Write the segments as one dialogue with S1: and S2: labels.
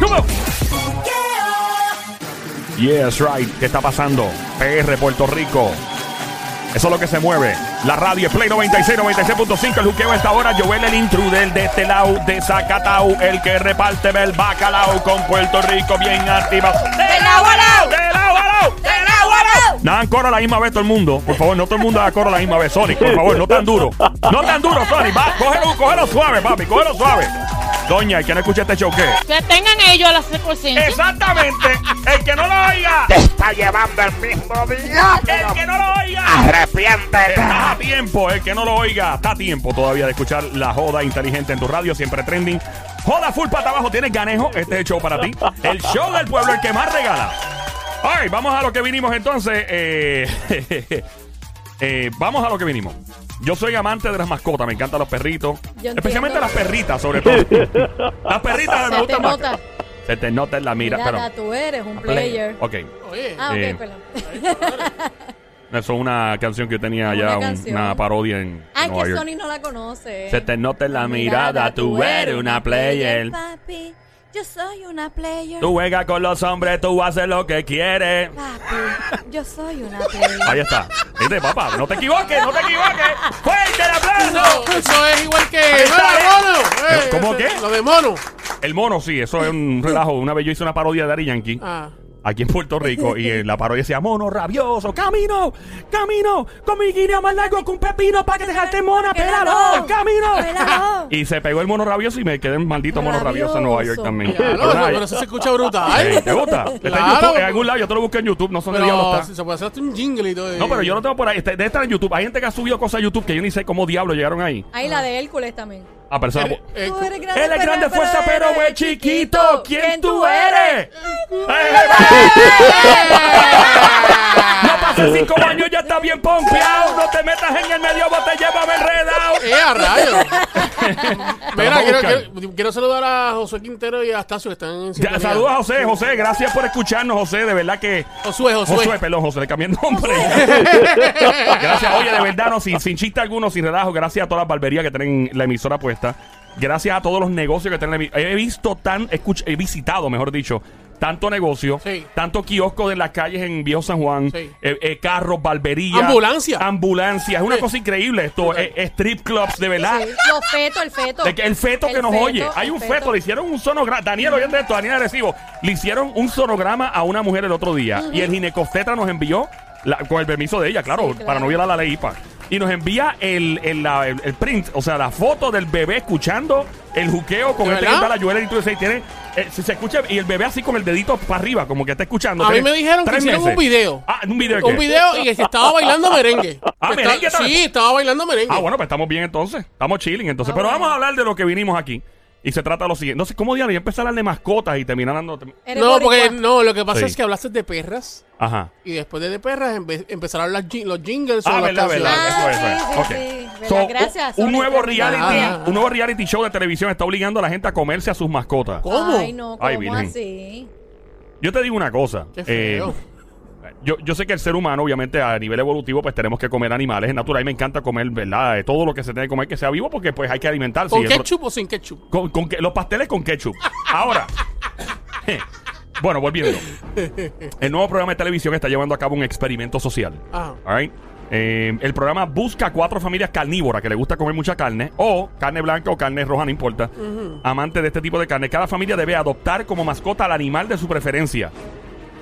S1: ¡Vamos! Yes, right. ¿Qué está pasando? PR Puerto Rico. Eso es lo que se mueve. La radio es Play 96, 96.5. El juqueo esta hora. Joel el intruder de este lado, de Zacatau. El que reparte el bacalao con Puerto Rico bien activado. ¡De
S2: lado a lado!
S1: ¡De lado a lado! ¡De lado a lado! Nada, coro a la misma vez todo el mundo. Por favor, no todo el mundo haga coro a la misma vez. Sonic, por favor, no tan duro. No tan duro, Sonic. Va, cógelo, cógelo suave, papi. Cógelo suave. Doña, el que no escuche este show, ¿qué?
S2: Que tengan ellos las circunstancias.
S1: Exactamente. El que no lo oiga.
S3: Te está llevando el mismo
S1: El
S3: diablo.
S1: que no lo oiga.
S3: Arrepiéntete.
S1: Está a tiempo, el que no lo oiga, está a tiempo todavía de escuchar la joda inteligente en tu radio, siempre trending. Joda full para abajo, tienes ganejo, este es el show para ti. El show del pueblo, el que más regala. Ay, vamos a lo que vinimos entonces. eh, eh, vamos a lo que vinimos. Yo soy amante de las mascotas, me encantan los perritos.
S2: Yo
S1: Especialmente
S2: entiendo.
S1: las perritas, sobre todo. las perritas me
S2: Se te
S1: gustan más.
S2: nota.
S1: Se te nota en la mira,
S2: Mira,
S1: pero.
S2: ya tú eres un player.
S1: Player. Ok.
S2: Ah, ok,
S1: Eh,
S2: perdón.
S1: Eso es una canción que yo tenía
S2: Una
S1: ya, un-
S2: canción.
S1: una parodia en.
S2: Ah, es
S1: Nueva
S2: que
S1: York.
S2: Sony no la conoce.
S1: Se te nota en la mirada, tú eres una player.
S2: Papi, yo soy una player.
S1: Tú juegas con los hombres, tú haces lo que quieres.
S2: Papi, yo soy una player.
S1: Ahí está. Viste, papá, no te equivoques, no te equivoques. ¡Fuerte el aplauso!
S4: Eso es igual que.
S1: está,
S4: ¡Mira,
S1: eh.
S4: mono! Eh,
S1: ¿Cómo
S4: ese-
S1: qué?
S4: Lo de mono.
S1: El mono, sí, eso es un relajo. Una vez yo hice una parodia de Ari Yankee.
S4: Ah.
S1: Aquí en Puerto Rico, y en la parodia decía: Mono rabioso, camino, camino, con mi guinea más largo que un pepino para que dejarte mona, pelado, camino.
S2: Pélalo.
S1: Y se pegó el mono rabioso y me quedé el maldito mono rabioso en Nueva York
S2: Rabioso.
S1: también.
S4: Ya, no,
S1: ¿Verdad?
S4: eso- pero eso se escucha brutal.
S1: Ey, Este ¿Te gusta? Está en,
S4: Claro.
S1: YouTube, en algún lado, yo te lo busqué en YouTube, no sé dónde diablo
S4: Pero
S1: está.
S4: si se puede hacer hasta un jingle y todo. eh.
S1: No, pero yo no tengo por ahí. Este- Debe estar en YouTube. Hay gente que ha subido cosas a YouTube que yo ni sé cómo diablo llegaron ahí.
S2: Ahí la de Hércules también.
S1: A personas.
S4: Eh, eh,
S2: Tú eres grande,
S1: Él es
S2: pero-
S1: grande,
S2: pero eh,
S1: fuerza, pero
S2: eres
S1: es chiquito. ¿Quién tú eres? Eh, No pases cinco años, ya está bien pompeado. No te metas en el medio, vos te llevas enredado.
S4: ¡Eh, a rayo! Mira,
S1: vamos a
S4: quiero,
S1: buscar.
S4: quiero- quiero saludar a José Quintero y a Stacio que están en
S1: Ya,
S4: sintonía.
S1: Saludos a José, José, gracias por escucharnos, José, de verdad que...
S4: Josué, Josué.
S1: Josué, perdón, José, le cambié el nombre. gracias, oye, de verdad, no, sin, sin chiste alguno, sin relajo, gracias a todas las barberías que tienen la emisora puesta, gracias a todos los negocios que tienen la emisora. He visto tan, escuch- he visitado, mejor dicho, tanto negocio,
S4: Sí.
S1: tanto kiosco de las calles en Viejo San Juan,
S4: Sí.
S1: eh, eh, carros, barberías.
S4: Ambulancia.
S1: Ambulancia, es una
S4: Sí.
S1: cosa increíble esto, eh, eh, strip clubs, de verdad.
S2: Los fetos, el feto.
S1: De que el feto que
S2: El
S1: nos
S2: feto,
S1: oye. Hay
S2: el
S1: un feto. le hicieron un sonograma. Daniel, oye esto, Daniel Arecibo. Le hicieron un sonograma a una mujer el otro día. Y el ginecostetra nos envió, la- con el permiso de ella, claro,
S2: Sí, claro.
S1: para no violar la ley IPA. Y nos envía el, el, la- el- el print, o sea, la foto del bebé escuchando el juqueo con
S4: ¿De
S1: este que
S4: verdad?
S1: está la Joel y tú dices, tiene. eh, si se escucha, y el bebé así con el dedito para arriba, como que está escuchando.
S4: A mí
S1: Tiene
S4: me dijeron que
S1: tres
S4: hicieron
S1: meses.
S4: un video.
S1: Ah, un video.
S4: Un
S1: qué?
S4: video y que se estaba bailando merengue.
S1: Ah,
S4: Que está-
S1: merengue también.
S4: Sí, estaba bailando merengue.
S1: Ah, bueno, pues estamos bien entonces. Estamos chilling entonces.
S2: Ah,
S1: Pero
S2: bueno.
S1: vamos a hablar de lo que vinimos aquí. Y se trata de lo siguiente. Entonces, ¿cómo diablos? Yo empecé a hablar de mascotas y terminar dando.
S2: Eres
S4: No, porque
S2: boricua.
S4: no, lo que pasa
S1: Sí.
S4: es que hablaste de perras
S1: Ajá.
S4: y después de, de perras empe- empezaron las jin- los jingles.
S1: Ah,
S4: o las
S1: verdad,
S4: canciones.
S1: verdad. eso
S2: Ah,
S1: es, eso es.
S2: sí, sí,
S1: Ok.
S2: sí.
S1: So,
S2: Verdad,
S1: un-
S2: gracias,
S1: un,
S2: Sony,
S1: nuevo
S2: tremenda.
S1: reality,
S4: Ajá.
S1: un nuevo reality show de televisión está obligando a la gente a comerse a sus mascotas.
S4: ¿Cómo?
S2: Ay, no, ¿cómo
S1: Ay, virgen.
S2: así?
S1: Yo te digo una cosa.
S4: Qué feo.
S1: eh, yo, yo sé que el ser humano, obviamente, a nivel evolutivo, pues tenemos que comer animales. Es natural y me encanta comer, ¿verdad? Eh, Todo lo que se tiene que comer que sea vivo, porque pues hay que alimentarse.
S4: ¿Con
S1: Y el pro-
S4: ketchup o sin ketchup?
S1: Con, con que- los pasteles con ketchup. Ahora. bueno, volviendo. El nuevo programa de televisión está llevando a cabo un experimento social.
S4: Ajá.
S1: All right. Eh, el programa busca cuatro familias carnívoras que le gusta comer mucha carne, o carne blanca o carne roja, no importa. Amante de este tipo de carne. Cada familia debe adoptar como mascota al animal de su preferencia.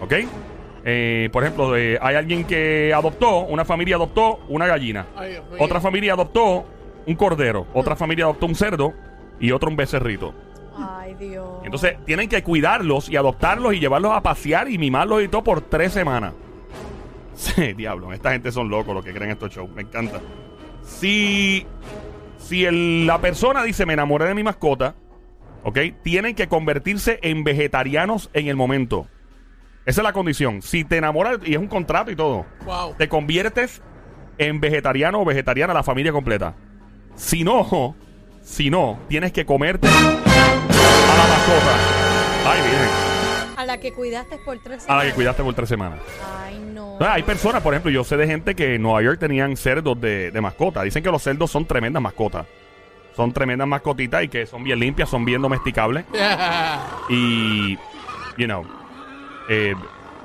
S1: ¿Ok? Eh, por ejemplo, eh, hay alguien que adoptó, una familia adoptó una gallina.
S4: Ay, Dios mío.
S1: Otra familia adoptó un cordero, otra familia adoptó un cerdo y otro un becerrito.
S2: Ay, Dios.
S1: Entonces tienen que cuidarlos y adoptarlos y llevarlos a pasear y mimarlos y todo por tres semanas. Sí, diablo, esta gente son locos los que creen estos shows, me encanta. Si, si el- la persona dice me enamoré de mi mascota, ¿ok? Tienen que convertirse en vegetarianos en el momento. Esa es la condición. Si te enamoras, y es un contrato y todo,
S4: Wow.
S1: te conviertes en vegetariano o vegetariana la familia completa. Si no, si no, tienes que comerte a la mascota. Ay, miren,
S2: A la que cuidaste por tres
S1: a la que Ah,
S2: semanas.
S1: cuidaste por tres semanas.
S2: Ay, no.
S1: O sea, hay personas, por ejemplo, yo sé de gente que en Nueva York tenían cerdos de, de mascota. Dicen que los cerdos son tremendas mascotas. Son tremendas mascotitas y que son bien limpias, son bien domesticables. Y, you know, eh,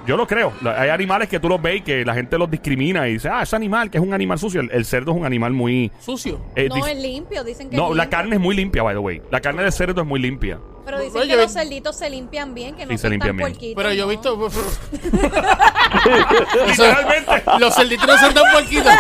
S1: yo lo creo. La- Hay animales que tú los ves y que la gente los discrimina y dice, ah, ese animal que es un animal sucio. El, el cerdo es un animal muy...
S4: Sucio.
S1: eh,
S2: No
S1: dis-
S2: es limpio, dicen que.
S1: no,
S2: es
S1: la
S2: limpio.
S1: carne es muy limpia, by the way. La carne de cerdo es muy limpia.
S2: Pero dicen
S4: Bueno,
S2: que
S4: yo
S2: los
S4: vi-
S2: cerditos se limpian bien, que no
S1: Sí, se
S2: son
S1: limpian
S2: tan
S1: bien.
S2: puerquitos.
S4: Pero yo he
S2: ¿no?
S4: visto.
S1: Literalmente,
S4: Los cerditos no son tan puerquitos.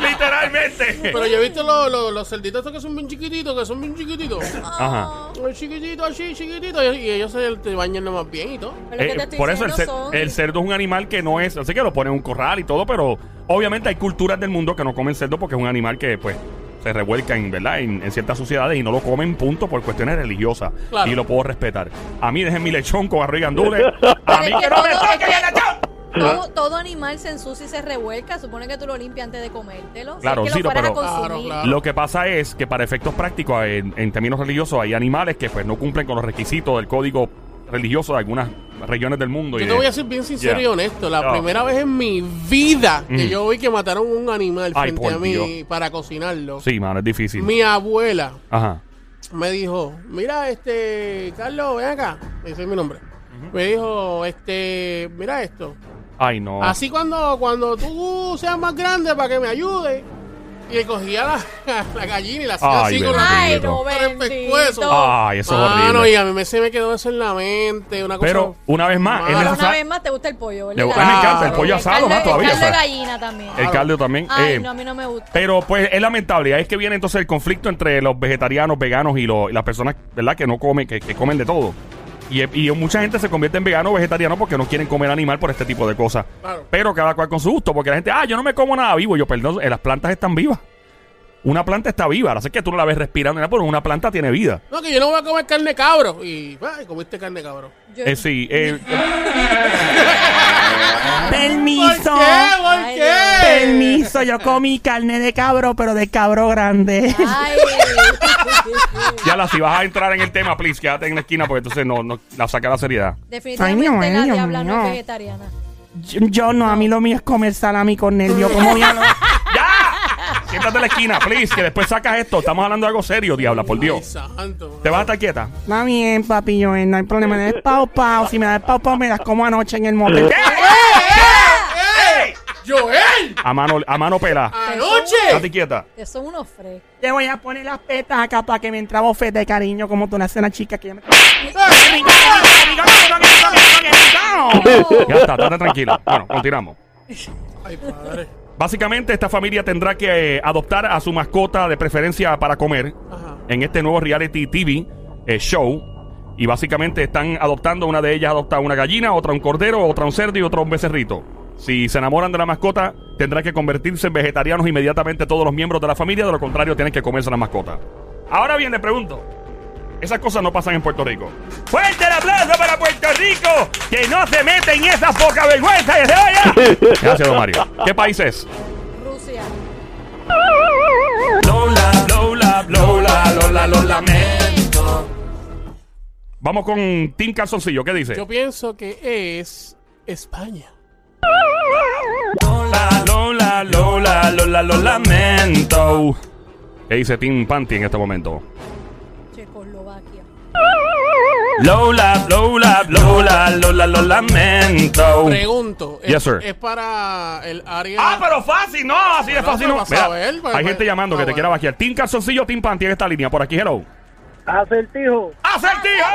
S1: literalmente.
S4: Pero yo he visto los, los, los cerditos estos que son bien chiquititos, que son bien chiquititos.
S1: Ajá.
S4: Ay, Chiquititos, así, chiquititos. Y ellos se te bañan lo más bien y todo.
S2: Pero lo que
S1: Eh,
S2: te estoy
S1: por eso el,
S2: diciendo
S1: cer-
S2: son-
S1: el cerdo es un animal que no es, así que lo ponen en un corral y todo, pero obviamente hay culturas del mundo que no comen cerdo porque es un animal que pues se revuelca en, ¿verdad? en, en ciertas sociedades y no lo comen punto por cuestiones religiosas
S4: Claro.
S1: y lo puedo respetar. A mí dejen mi lechón con arroz y gandules. A
S2: Pero
S1: mí
S2: es
S1: que
S2: que
S1: no me
S2: todo-
S1: toque
S2: es que-
S1: el lechón.
S2: Todo, todo animal se ensucia y se revuelca. Supone que tú lo limpias antes de comértelo.
S1: Claro,
S2: si es
S1: sí,
S2: que
S1: no,
S2: lo fueras
S1: pero-
S2: a consumir.
S4: Claro,
S1: Lo que pasa es que para efectos prácticos, en, en términos religiosos, hay animales que pues no cumplen con los requisitos del código religioso de algunas regiones del mundo. y
S4: Yo te
S1: de-
S4: voy a ser bien sincero
S1: Yeah.
S4: y honesto. La
S1: Yeah.
S4: primera vez en mi vida que
S1: Mm.
S4: yo vi que mataron un animal
S1: Ay,
S4: frente
S1: por
S4: a mí
S1: Dios.
S4: para cocinarlo.
S1: Sí, mano, es difícil.
S4: Mi abuela
S1: Ajá.
S4: me dijo, mira, este, Carlos, ven acá. Ese es mi nombre. Me dijo, este, mira esto.
S1: Ay, no.
S4: Así cuando, cuando tú seas más grande para que me ayude. Y le cogía la, la gallina y la hacía
S1: Ay,
S4: así
S1: bendito. Ah,
S4: con
S2: Ay, no,
S4: Pero el pescuezo.
S2: bendito.
S1: Ay, eso es
S4: Mano,
S1: horrible.
S4: y a mí me- se me quedó eso en la mente. Una cosa
S1: Pero, una vez más,
S4: mala.
S1: es
S2: Pero
S1: necesario-
S2: una vez más te gusta el pollo, ¿verdad?
S1: Le- a mí
S4: me encanta, el
S1: pollo asado
S2: caldo-
S1: más todavía,
S2: El caldo de
S1: ¿sabes?
S2: gallina también.
S1: El caldo también.
S2: Ah, Ay,
S1: eh,
S2: no, a mí no me gusta.
S1: Pero pues es lamentable. Ahí es que viene entonces el conflicto entre los vegetarianos, veganos y, los- y las personas, ¿verdad? Que no comen, que, que comen de todo. Y, y mucha gente se convierte en vegano o vegetariano porque no quieren comer animal por este tipo de cosas.
S4: Claro.
S1: Pero cada cual con su gusto, porque la gente, ah, yo no me como nada vivo. Yo, perdón, eh, las plantas están vivas. Una planta está viva, así que tú no la ves respirando, ni nada, pero una planta tiene vida.
S4: No, que yo no voy a comer carne cabro. Y, ay, comiste carne cabro.
S2: Yo-
S1: Eh, sí, eh,
S4: ¿Por qué?
S5: Permiso.
S4: ¿Por
S2: Ay,
S4: qué?
S5: Permiso, yo comí carne de cabro, pero de cabro grande.
S2: Ay.
S1: ya la, si vas a entrar en el tema, please, quédate en la esquina, porque entonces no, no la saca la seriedad.
S2: Definitivamente
S5: Ay, no,
S2: la
S5: ay, Dios
S2: diabla no
S5: mío.
S2: es vegetariana.
S5: Yo, yo no, a mí lo mío es comer salami con nervio. ¿Cómo voy a no?
S1: ¡Ya! Siéntate en la esquina, please, que después sacas esto. Estamos hablando de algo serio, diabla, por
S4: Ay,
S1: Dios.
S4: santo.
S1: ¿Te vas a estar quieta?
S5: Está bien, papi, yo eh, no hay problema. Me des pau pau. Si me das pau pau, me das como anoche en el motel.
S4: ¡Ey! ¡Joel!
S1: A mano, a mano pela. Estate
S4: ¡Anoche!
S1: quieta.
S2: Que son unos frescos.
S5: Te voy a poner las petas acá para que me entra bofete, cariño, como tú le haces a una chica que ya me...
S1: Ya está, estate tranquila. Bueno, continuamos.
S4: Ay, padre.
S1: Básicamente, esta familia tendrá que eh, adoptar a su mascota de preferencia para comer
S4: Ajá.
S1: en este nuevo reality TV eh, show. Y básicamente están adoptando, una de ellas adopta una gallina, otra un cordero, otra un cerdo y otra un becerrito. Si se enamoran de la mascota, tendrán que convertirse en vegetarianos inmediatamente todos los miembros de la familia, de lo contrario tienen que comerse la mascota. Ahora bien, le pregunto, esas cosas no pasan en Puerto Rico. ¡Fuerte el aplauso para Puerto Rico! ¡Que no se meten en esas pocas vergüenzas que se vayan! ah! Gracias, don Mario. ¿Qué país es?
S2: Rusia.
S1: Lola, Lola, Lola, Lola, lo lamento. Vamos con Tim Calzoncillo, ¿qué dice?
S4: Yo pienso que es España.
S1: Lola, Lola, Lola, Lola, lo lamento. ¿Qué dice Tim Panty en este momento?
S2: Checoslovaquia.
S1: Lola, Lola, Lola, Lola, lo lamento.
S4: Pregunto. ¿es,
S1: Yes, sir.
S4: ¿Es para el área?
S1: Ah, pero fácil, no, así de
S4: Bueno,
S1: fácil
S4: pero
S1: no.
S4: para saber,
S1: Mira,
S4: para-
S1: hay gente
S4: para-
S1: llamando que
S4: ah,
S1: te
S4: bueno.
S1: quiera vaquear. Tim Calzoncillo, Tim Panty en esta línea, por aquí, hello.
S6: Acertijo.
S1: ¡Acertijo!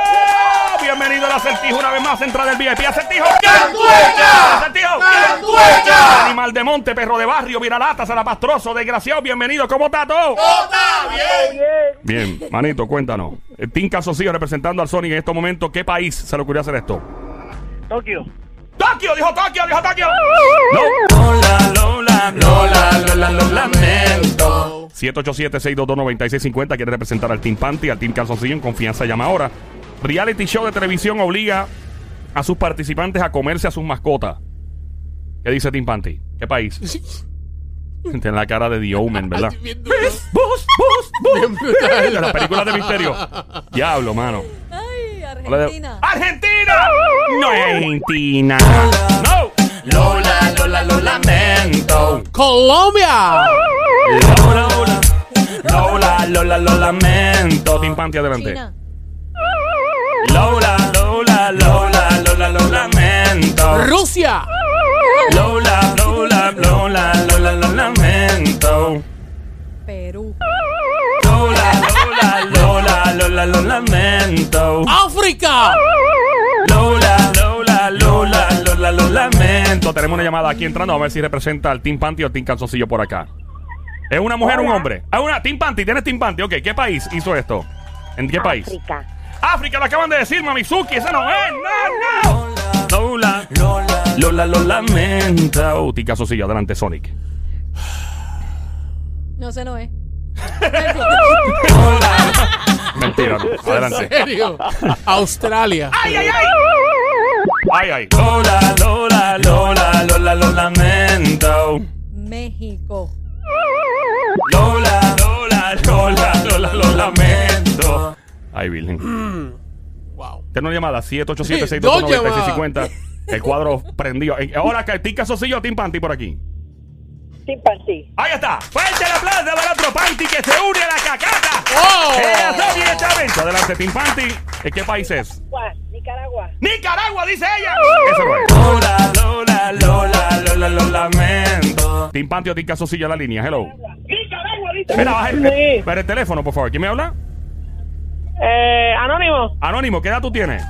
S1: Bienvenido al acertijo una vez más, entrada del VIP. ¡Acertijo!
S4: ¡Cantueca!
S1: ¡Acertijo!
S4: ¡Cantueca!
S1: Animal de monte, perro de barrio, viralata, zarapastroso, desgraciado, bienvenido. ¿Cómo está todo?
S4: ¡Está bien!
S6: Bien,
S1: Bien, manito, cuéntanos. Eh, Tim Calzoncillo representando al Sonic en este momento. ¿Qué país se le ocurrió hacer esto?
S6: Tokio.
S1: ¡Tokio! ¡Dijo Tokio! ¡Dijo Tokio! Lola, Lola, Lola, Lola, Lola, pues
S4: lamento.
S1: 787-622-9650 quiere representar al Team Panty, al Team Calzoncillo en confianza llama ahora. Reality show de televisión obliga a sus participantes a comerse a sus mascotas. ¿Qué dice Team Panty? ¿Qué país? Tiene la cara de The Omen, ¿verdad?
S4: Ay, bien duro.
S1: ¡Bus, bus, bus!
S4: Bien brutal.
S1: De las películas de misterio. Diablo, mano.
S2: Ay,
S1: Hola, de- Ah,
S2: Argentina.
S1: ¡Argentina! ¡No es Argentina! ¡No!
S4: ¡Colombia!
S1: Lola, Lola, Lola, Lola, lo lamento. Team Panty adelante.
S2: China.
S1: Lola, Lola, Lola, Lola, lo lamento.
S4: Rusia.
S1: Lola, Lola, Lola, Lola, lo lamento.
S2: Perú.
S1: Lola, Lola, Lola, Lola, lo lamento.
S4: África.
S1: Lola, Lola, Lola, Lola, lo lamento. Tenemos una llamada aquí entrando. Vamos a ver si representa al Team Panty o al Team Calzoncillo por acá. ¿Es una mujer o un hombre? Ah, una Team Panty, tienes Team Panty. Ok, ¿qué país hizo esto? ¿En qué país?
S7: África.
S1: África, lo acaban de decir, Mamizuki. Ese no es. No, no. Lola, Lola, Lola, lo lamento. Team Calzoncillo, adelante, Sonic.
S2: No sé, no es.
S1: Mentira,
S4: ¿En
S1: adelante.
S4: serio? Australia.
S1: Ay, ay. Lola, Lola, Lola, Lola, lo lamento.
S2: México.
S1: Lola, Lola, Lola, Lola, lo lamento. Ay, Virgen.
S4: Mm, Wow.
S1: Tengo una llamada, 787
S4: Sí, dos llamadas.
S1: 629 El cuadro prendido. Eh, Ahora, que Team Casocillo, Team Panty por aquí.
S7: Sin partir.
S1: Ahí está. Fuerte el aplauso para otro Panty que se une a la cacata.
S4: ¡Oh!
S1: Ella está directamente. Adelante, Team Panty. ¿En qué país es?
S7: Nicaragua. Uh-huh.
S1: ¡Nicaragua, dice ella! Ese no es. Lola, Lola, Lola, Lola, lo lamento. Team Panty o Team Casocillo a la línea. Hello. Mira, baja el, eh, baja el teléfono, por favor. ¿Quién me habla?
S6: Eh, anónimo,
S1: Anónimo, ¿qué edad tú tienes?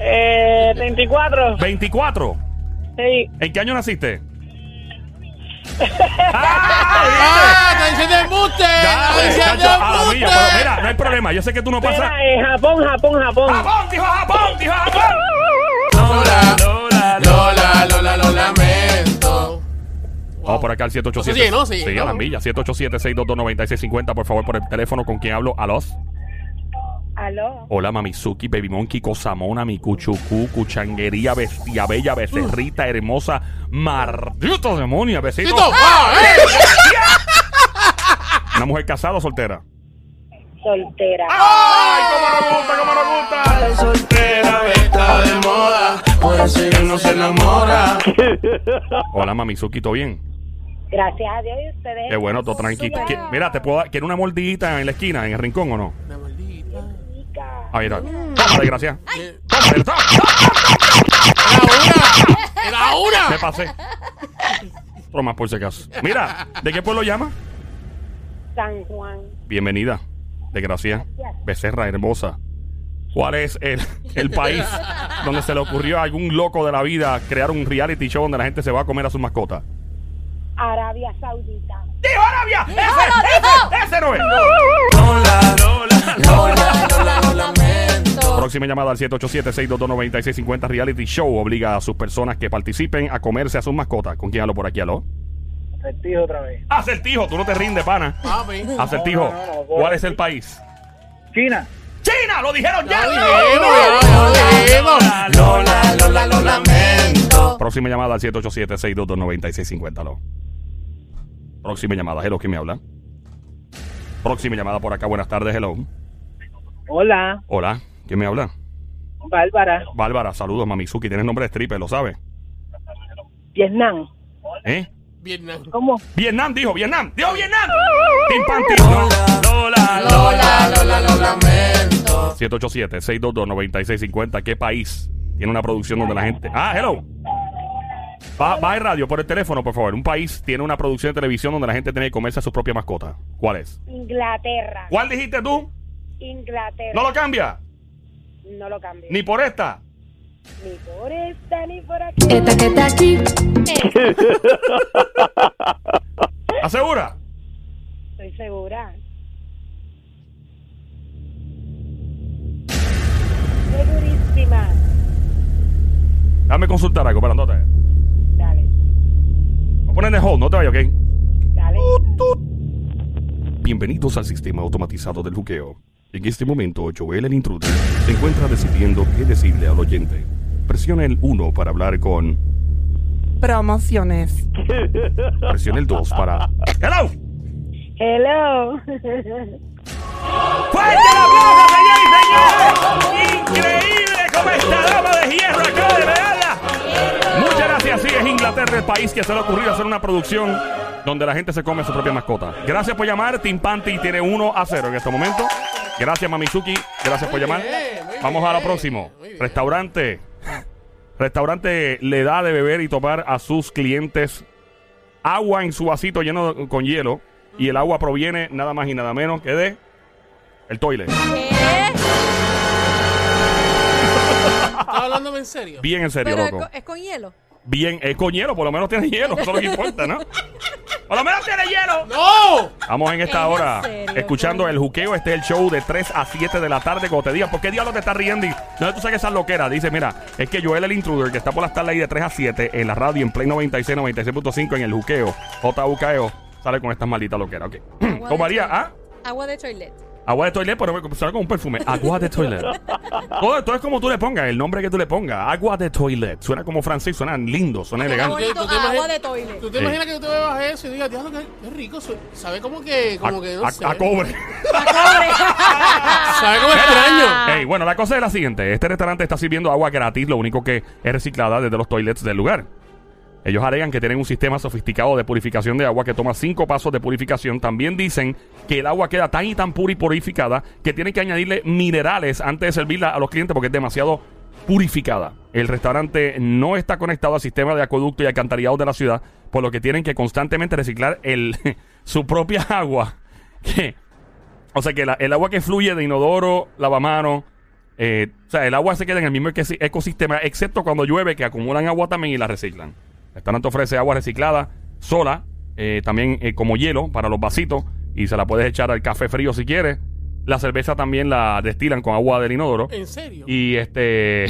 S6: eh, 34.
S1: 24.
S6: Sí.
S1: ¿En qué año naciste?
S4: ¡Ah! ¡Atención de embuste!
S1: Dale,
S4: ¡Atención
S1: chacho, a la
S4: de
S1: mía, pero
S4: embuste!
S1: mira, no hay problema. Yo sé que tú no pasas.
S6: Mira, eh, Japón, Japón, Japón.
S1: ¡Japón, dijo Japón, dijo Japón! Lola, Lola,
S4: Lola, Lola, lo lamento.
S1: Vamos por acá al 787.
S4: No se sigue, no se sigue,
S1: Sí, a la
S4: ¿no?
S1: milla. 787-622-9650, por favor, por el teléfono. ¿Con quién hablo? ¿Alos?
S7: Aló.
S1: Hola, Mamizuki, Baby Monkey, Cosamona, Mikuchuku, Cuchanguería, Bestia Bella, Becerrita, Hermosa, Mardito Demonia, Besito.
S4: ¡Tito! ¡Ah! ¡Eh!
S1: ¿Una mujer casada o soltera?
S7: Soltera.
S1: ¡Ay, cómo nos gusta, cómo nos gusta!
S8: soltera
S4: eh.
S8: está de moda, por eso ella no se enamora.
S1: Hola, Mamizuki, ¿todo bien?
S7: Gracias a Dios y ustedes.
S1: oh. Qué bueno, todo tranquilo.
S2: Súper.
S1: ¿Qui- Mira, ¿te puedo dar? ¿Quieres una mordidita en la esquina, en el rincón o no?
S4: Una maldita.
S1: Ahí está. Tómale, gracias.
S4: Eh,
S1: Tómale, tó-
S4: ¡Era una! ¡Era
S1: Me
S4: una!
S1: pasé. Otro más por si acaso. Mira, ¿de qué pueblo llama?
S7: San Juan.
S1: Bienvenida. De gracia. Becerra hermosa. ¿Cuál es el, el país donde se le ocurrió a algún loco de la vida crear un reality show donde la gente se va a comer a sus mascotas?
S7: Arabia Saudita.
S1: ¡Dijo Arabia! ¡Ese,
S2: Arabia!
S1: ese, ese no es! Lola, Lola, Lola.
S2: Lo lamento.
S1: Próxima llamada al 787-622-9650 Reality Show obliga a sus personas que participen a comerse a sus mascotas. ¿Con quién hablo por aquí, aló?
S6: Acertijo otra vez.
S1: Acertijo, tú no te rindes, pana.
S4: Papi.
S6: No,
S1: Acertijo,
S6: no, no, no,
S1: ¿cuál
S6: no.
S1: es el país?
S6: China.
S1: ¡China! ¡Lo dijeron
S4: Ya
S1: ya!
S4: lo dijimos, ya lo dijimos.
S1: Lola, Lola,
S2: Lo lamento.
S1: Próxima llamada al 787-622-9650, aló. Próxima llamada, hello, ¿quién me habla? Próxima llamada por acá, buenas tardes, hello.
S6: Hola,
S1: Hola, ¿quién me habla?
S6: Bárbara.
S1: Bárbara, saludos, Mamizuki, tienes nombre de stripper, ¿lo sabes?
S6: Vietnam.
S1: ¿Eh?
S4: Vietnam.
S6: ¿Cómo?
S1: Vietnam dijo, Vietnam, dijo Vietnam. Team Panty. Lola,
S4: Lola, Lola, lo lamento.
S1: 787-622-9650. ¿Qué país tiene una producción donde la gente. Ah, hello. Va, va el radio por el teléfono, por favor. Un país tiene una producción de televisión donde la gente tiene que comerse a su propia mascota. ¿Cuál es?
S7: Inglaterra.
S1: ¿Cuál dijiste tú?
S7: Inglaterra.
S1: No lo cambia.
S7: No lo cambié.
S1: Ni por esta.
S7: Ni por esta ni por aquí.
S1: ¿Asegura?
S7: Estoy segura. Segurísima.
S1: Dame consultar algo, pero no te. Voy
S7: Dale.
S1: a poner en hold, no te vayas, ¿ok?
S7: Dale.
S1: Uh. Bienvenidos al sistema automatizado del juqueo. En este momento, Joel el intruder se encuentra decidiendo qué decirle al oyente. Presiona el 1 para hablar con...
S5: Promociones.
S1: Presiona el 2 para... ¡Hello!
S7: Hello.
S1: ¡Fuerte el aplauso, señores y señores! ¡Increíble como esta dama de hierro acaba de pegarla! Muchas gracias. Sí, es Inglaterra el país que se le ocurrió hacer una producción donde la gente se come su propia mascota. Gracias por llamar. Team Panty tiene 1 a 0 en este momento. Gracias, Mamizuki. Gracias por
S4: Muy
S1: llamar.
S4: bien, muy
S1: Vamos a lo
S4: bien,
S1: próximo.
S4: muy bien.
S1: Restaurante. Restaurante le da de beber y tomar a sus clientes agua en su vasito lleno de- con hielo. Y el agua proviene nada más y nada menos que de el toilet.
S2: ¿Qué?
S4: ¿Estás hablándome en serio?
S1: Bien en serio,
S2: Pero es
S1: loco.
S2: con, es con hielo.
S1: Bien, es con hielo, por lo menos tiene hielo, eso es lo que importa, ¿no? ¡Por lo menos tiene hielo!
S4: ¡No!
S1: Estamos en esta
S2: ¿En
S1: hora
S2: serio,
S1: escuchando
S2: coño?
S1: el juqueo. Este es el show de 3 a 7 de la tarde. Como te diga, ¿por qué diablos te estás riendo? Y no tú sabes esa loquera. Dice, mira, es que Joel el intruder que está por las tardes ahí de 3 a 7 en la radio en Play 96, 96.5 en el juqueo. JUKEO E sale con estas malditas loqueras. Ok.
S2: Agua de
S1: Tomaría,
S2: toilet.
S1: ¿ah?
S2: Agua de toilet.
S1: Agua de toilet, pero me sale con un perfume. Agua de toilet. todo esto es como tú le pongas, el nombre que tú le pongas. Agua de toilet. Suena como francés, suena lindo, suena
S2: Suena
S1: elegante.
S2: bonito,
S4: ¿Tú te imaginas-
S2: agua de toilet.
S4: ¿Tú te
S1: Sí.
S4: imaginas que tú te bebas eso y digas, diablo, qué, qué rico? su- Sabe como que,
S1: A,
S4: como que no
S1: a-
S4: sé.
S1: a cobre.
S4: Sabe como extraño.
S1: Ey, bueno, la cosa es la siguiente. Este restaurante está sirviendo agua gratis, lo único que es reciclada desde los toilets del lugar. Ellos alegan que tienen un sistema sofisticado de purificación de agua que toma cinco pasos de purificación. También dicen que el agua queda tan y tan pura y purificada que tienen que añadirle minerales antes de servirla a los clientes porque es demasiado purificada. El restaurante no está conectado al sistema de acueducto y alcantarillado de la ciudad, por lo que tienen que constantemente reciclar el, su propia agua. Que o sea que la- el agua que fluye de inodoro, lavamano, eh, o sea, el agua se queda en el mismo ecosi- ecosistema, excepto cuando llueve, que acumulan agua también y la reciclan. El restaurante ofrece agua reciclada sola, eh, también eh, como hielo para los vasitos, y se la puedes echar al café frío si quieres. La cerveza también la destilan con agua del inodoro.
S4: ¿En serio?
S1: Y este.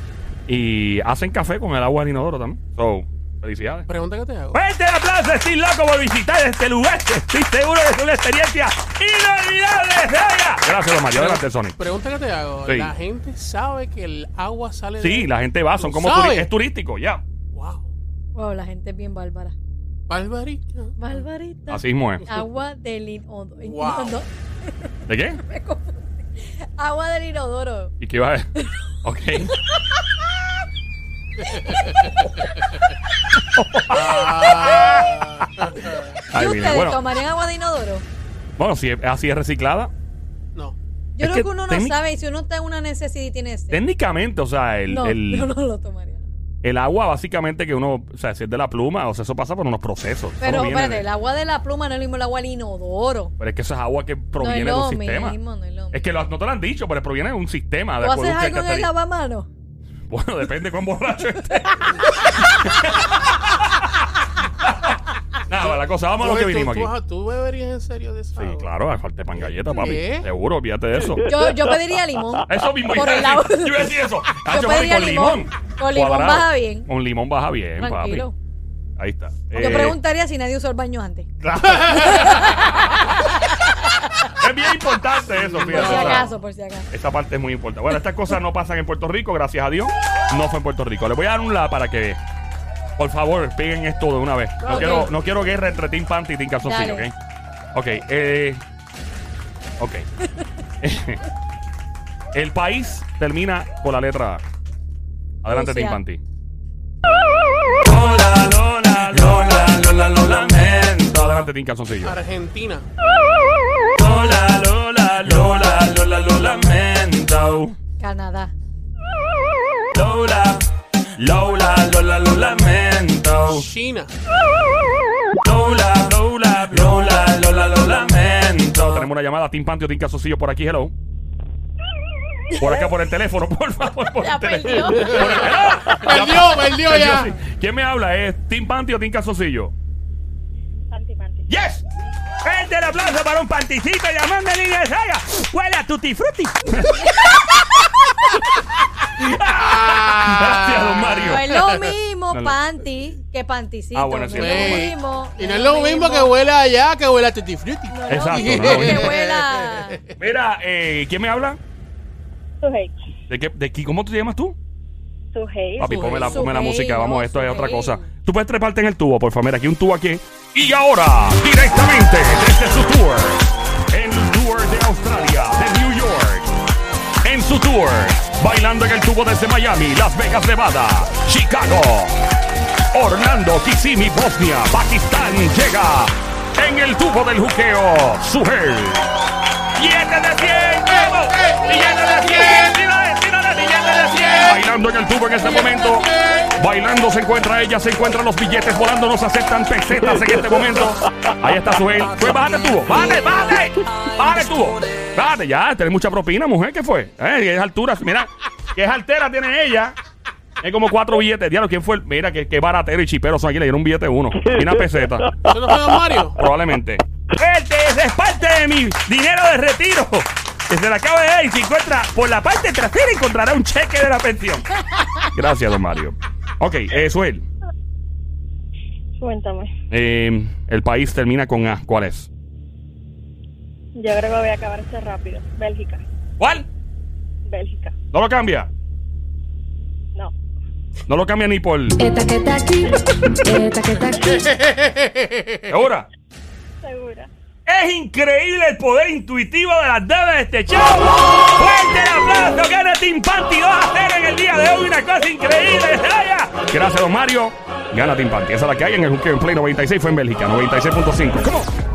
S1: y hacen café con el agua del inodoro también. So, felicidades.
S4: Pregunta que te hago.
S1: Fuerte el aplauso, estoy loco por visitar este lugar. Estoy seguro que es una experiencia inolvidable. Venga. Gracias, don Mario. Adelante, Sony.
S4: Pregunta que te hago.
S1: Sí.
S4: La gente sabe que el agua sale de...
S1: Sí, la gente va, son
S4: ¿Lo
S1: como
S4: sabe?
S1: turi- es turístico, ya.
S4: Wow.
S2: Wow, la gente es bien bárbara.
S4: Barbarita.
S2: Barbarita.
S1: Así mismo es.
S2: Agua del inodoro.
S4: Wow.
S2: No,
S1: ¿De qué?
S2: me confundí. Agua del inodoro.
S1: ¿Y qué va a Ok.
S2: ¿Y
S1: Ah. Ay, mira.
S2: ustedes
S1: Bueno,
S2: tomarían agua de inodoro?
S1: bueno, si es- así es reciclada.
S4: No.
S1: Es
S2: Yo creo
S1: que
S2: que, uno no
S1: técnic-
S2: sabe y si uno está en una necesidad y tiene sed.
S1: Técnicamente, o sea, el,
S2: no,
S1: el,
S2: yo no lo tomaría.
S1: el agua básicamente que uno, o sea, si es de la pluma, o sea, eso pasa por unos procesos. Eso no viene
S2: Pero
S1: de-
S2: espérate, el agua de la pluma no es lo mismo el agua del inodoro.
S1: Pero es que eso es agua que proviene
S2: no es
S1: de
S2: lo
S1: un sistema.
S2: mismo, no es lo
S1: Es que lo- no te lo han dicho, pero proviene de un sistema. De
S2: ¿Tú haces
S1: acueducto y
S2: algo en el
S1: alcantarilla-
S2: lavamanos?
S1: Bueno, depende cuán borracho esté. Nada, la cosa, vamos a lo que
S4: Tú- tú-
S1: vinimos aquí.
S4: tú- ajá, ¿Tú beberías en serio de esa
S1: Sí,
S4: agua?
S1: claro, falta pan galleta, papi.
S4: ¿Qué?
S1: Seguro, olvídate de eso.
S2: Yo, yo pediría limón.
S1: Eso mismo.
S2: Por
S1: iba a
S2: el
S1: decir. Yo
S2: agua.
S1: iba a decir eso. Ah, papi,
S2: pediría
S1: con
S2: limón.
S1: limón.
S2: Con limón
S1: Cuadrado.
S2: baja bien.
S1: Con limón baja bien,
S2: Tranquilo.
S1: papi. Ahí está.
S2: Yo
S1: Eh,
S2: preguntaría si nadie usó el baño antes.
S1: Es bien importante eso, fíjate.
S2: Por si
S1: o sea,
S2: acaso, por si acaso.
S1: Esta parte es muy importante. Bueno, estas cosas no pasan en Puerto Rico, gracias a Dios. No fue en Puerto Rico. Les voy a dar un la para que Por favor, peguen esto de una vez. No,
S2: Ok.
S1: quiero, no quiero guerra entre Team Panty y Team Calzoncillo, ¿ok?
S2: Dale.
S1: Ok, eh. Ok. El país termina con la letra A. Adelante,
S2: Rusia.
S1: Team Panty.
S8: Lola, Lola, Lola, Lola, lo lamento.
S1: Adelante, Team Calzoncillo.
S4: Argentina.
S8: Lola, Lola, Lola, Lola, lo lamento.
S2: Canadá.
S8: Lola, Lola, Lola, lo
S1: Oh.
S8: lamento.
S4: China.
S8: Lola, Lola, Lola, Lola, lo lamento.
S1: Tenemos una llamada, Team Panty o Team Calzoncillo por aquí, hello. Por acá, por el teléfono, por favor. Por
S4: Ah,
S2: La
S1: el
S4: pues,
S1: teléfono.
S2: perdió.
S4: Perdió, perdió
S1: Perdió,
S4: ya.
S1: sí. ¿Quién me habla? ¿Es Team Panty o Team Calzoncillo?
S7: Panti, panti.
S1: ¡Yes! ¡Gente, el aplauso para un panticito llamando a línea de saga! ¡Huele a tutti frutti! Gracias, don Mario.
S2: No es lo mismo
S1: No, no.
S2: panty que panticito.
S1: Ah, bueno, sí,
S2: no es lo
S4: sí.
S2: mismo.
S4: Y no es lo mismo que huela allá que huela a Tutti Frutti.
S2: No es lo
S1: Exacto,
S2: mismo
S1: no es lo
S2: que
S1: mismo.
S2: huela.
S1: Mira, eh, ¿quién me habla?
S7: Sujei.
S1: ¿De qué, de qué- ¿Cómo te llamas tú?
S7: Sujei.
S1: Papi, ponme la, ponme la
S2: Sujei,
S1: música. Vamos,
S2: no,
S1: esto es
S2: Sujei.
S1: otra cosa. Tú puedes treparte en el tubo, por favor. Mira, aquí un tubo aquí. Y ahora, directamente desde su tour, en el tour de Australia, de New York, en su tour, bailando en el tubo desde Miami, Las Vegas, Nevada, Chicago, Orlando, Kissimmee, Bosnia, Pakistán llega en el tubo del juqueo. Sujel. Billete de 100, vamos. Billete de 100. Tírale, tírale, billete de 100. Bailando en el tubo en este momento. Bailando se encuentra ella, se encuentran los billetes volando, nos aceptan pesetas en este momento. Ahí está Sujel. Fue, bájate el tubo, bájate, bájate. Bájate el tubo. Bájate, ya, tenés mucha propina, mujer, ¿qué fue? Eh, es alturas, mira, qué es altera tiene ella. Es como cuatro billetes. Diablo, ¿quién fue? el- Mira, qué, qué baratero y chipero son aquí. Le dieron un billete uno. Y una peseta.
S4: ¿Eso no fue Don Mario?
S1: Probablemente. ¡Este es parte de mi dinero de retiro! Que se le acaba de dar y se encuentra por la parte trasera encontrará un cheque de la pensión. Gracias, don Mario. Ok, eh, Suel.
S7: Cuéntame.
S1: eh, el país termina con A. ¿Cuál es?
S7: Yo creo que voy a acabar esto rápido. Bélgica.
S1: ¿Cuál?
S7: Bélgica.
S1: No lo cambia.
S7: No.
S1: No lo cambia ni por.
S9: Eta que está aquí, eta que está aquí.
S1: ¿Ahora?
S7: Segura.
S1: Es increíble el poder intuitivo de las damas de este show. Fuerte el aplauso, gana Team Panty 2 a 0 en el día de hoy. Una cosa increíble. ¡Vaya! Gracias, don Mario. Gana Team Panty. Esa es la que hay en el Juqueo en Play 96. Fue en Bélgica, 96.5. ¿Cómo?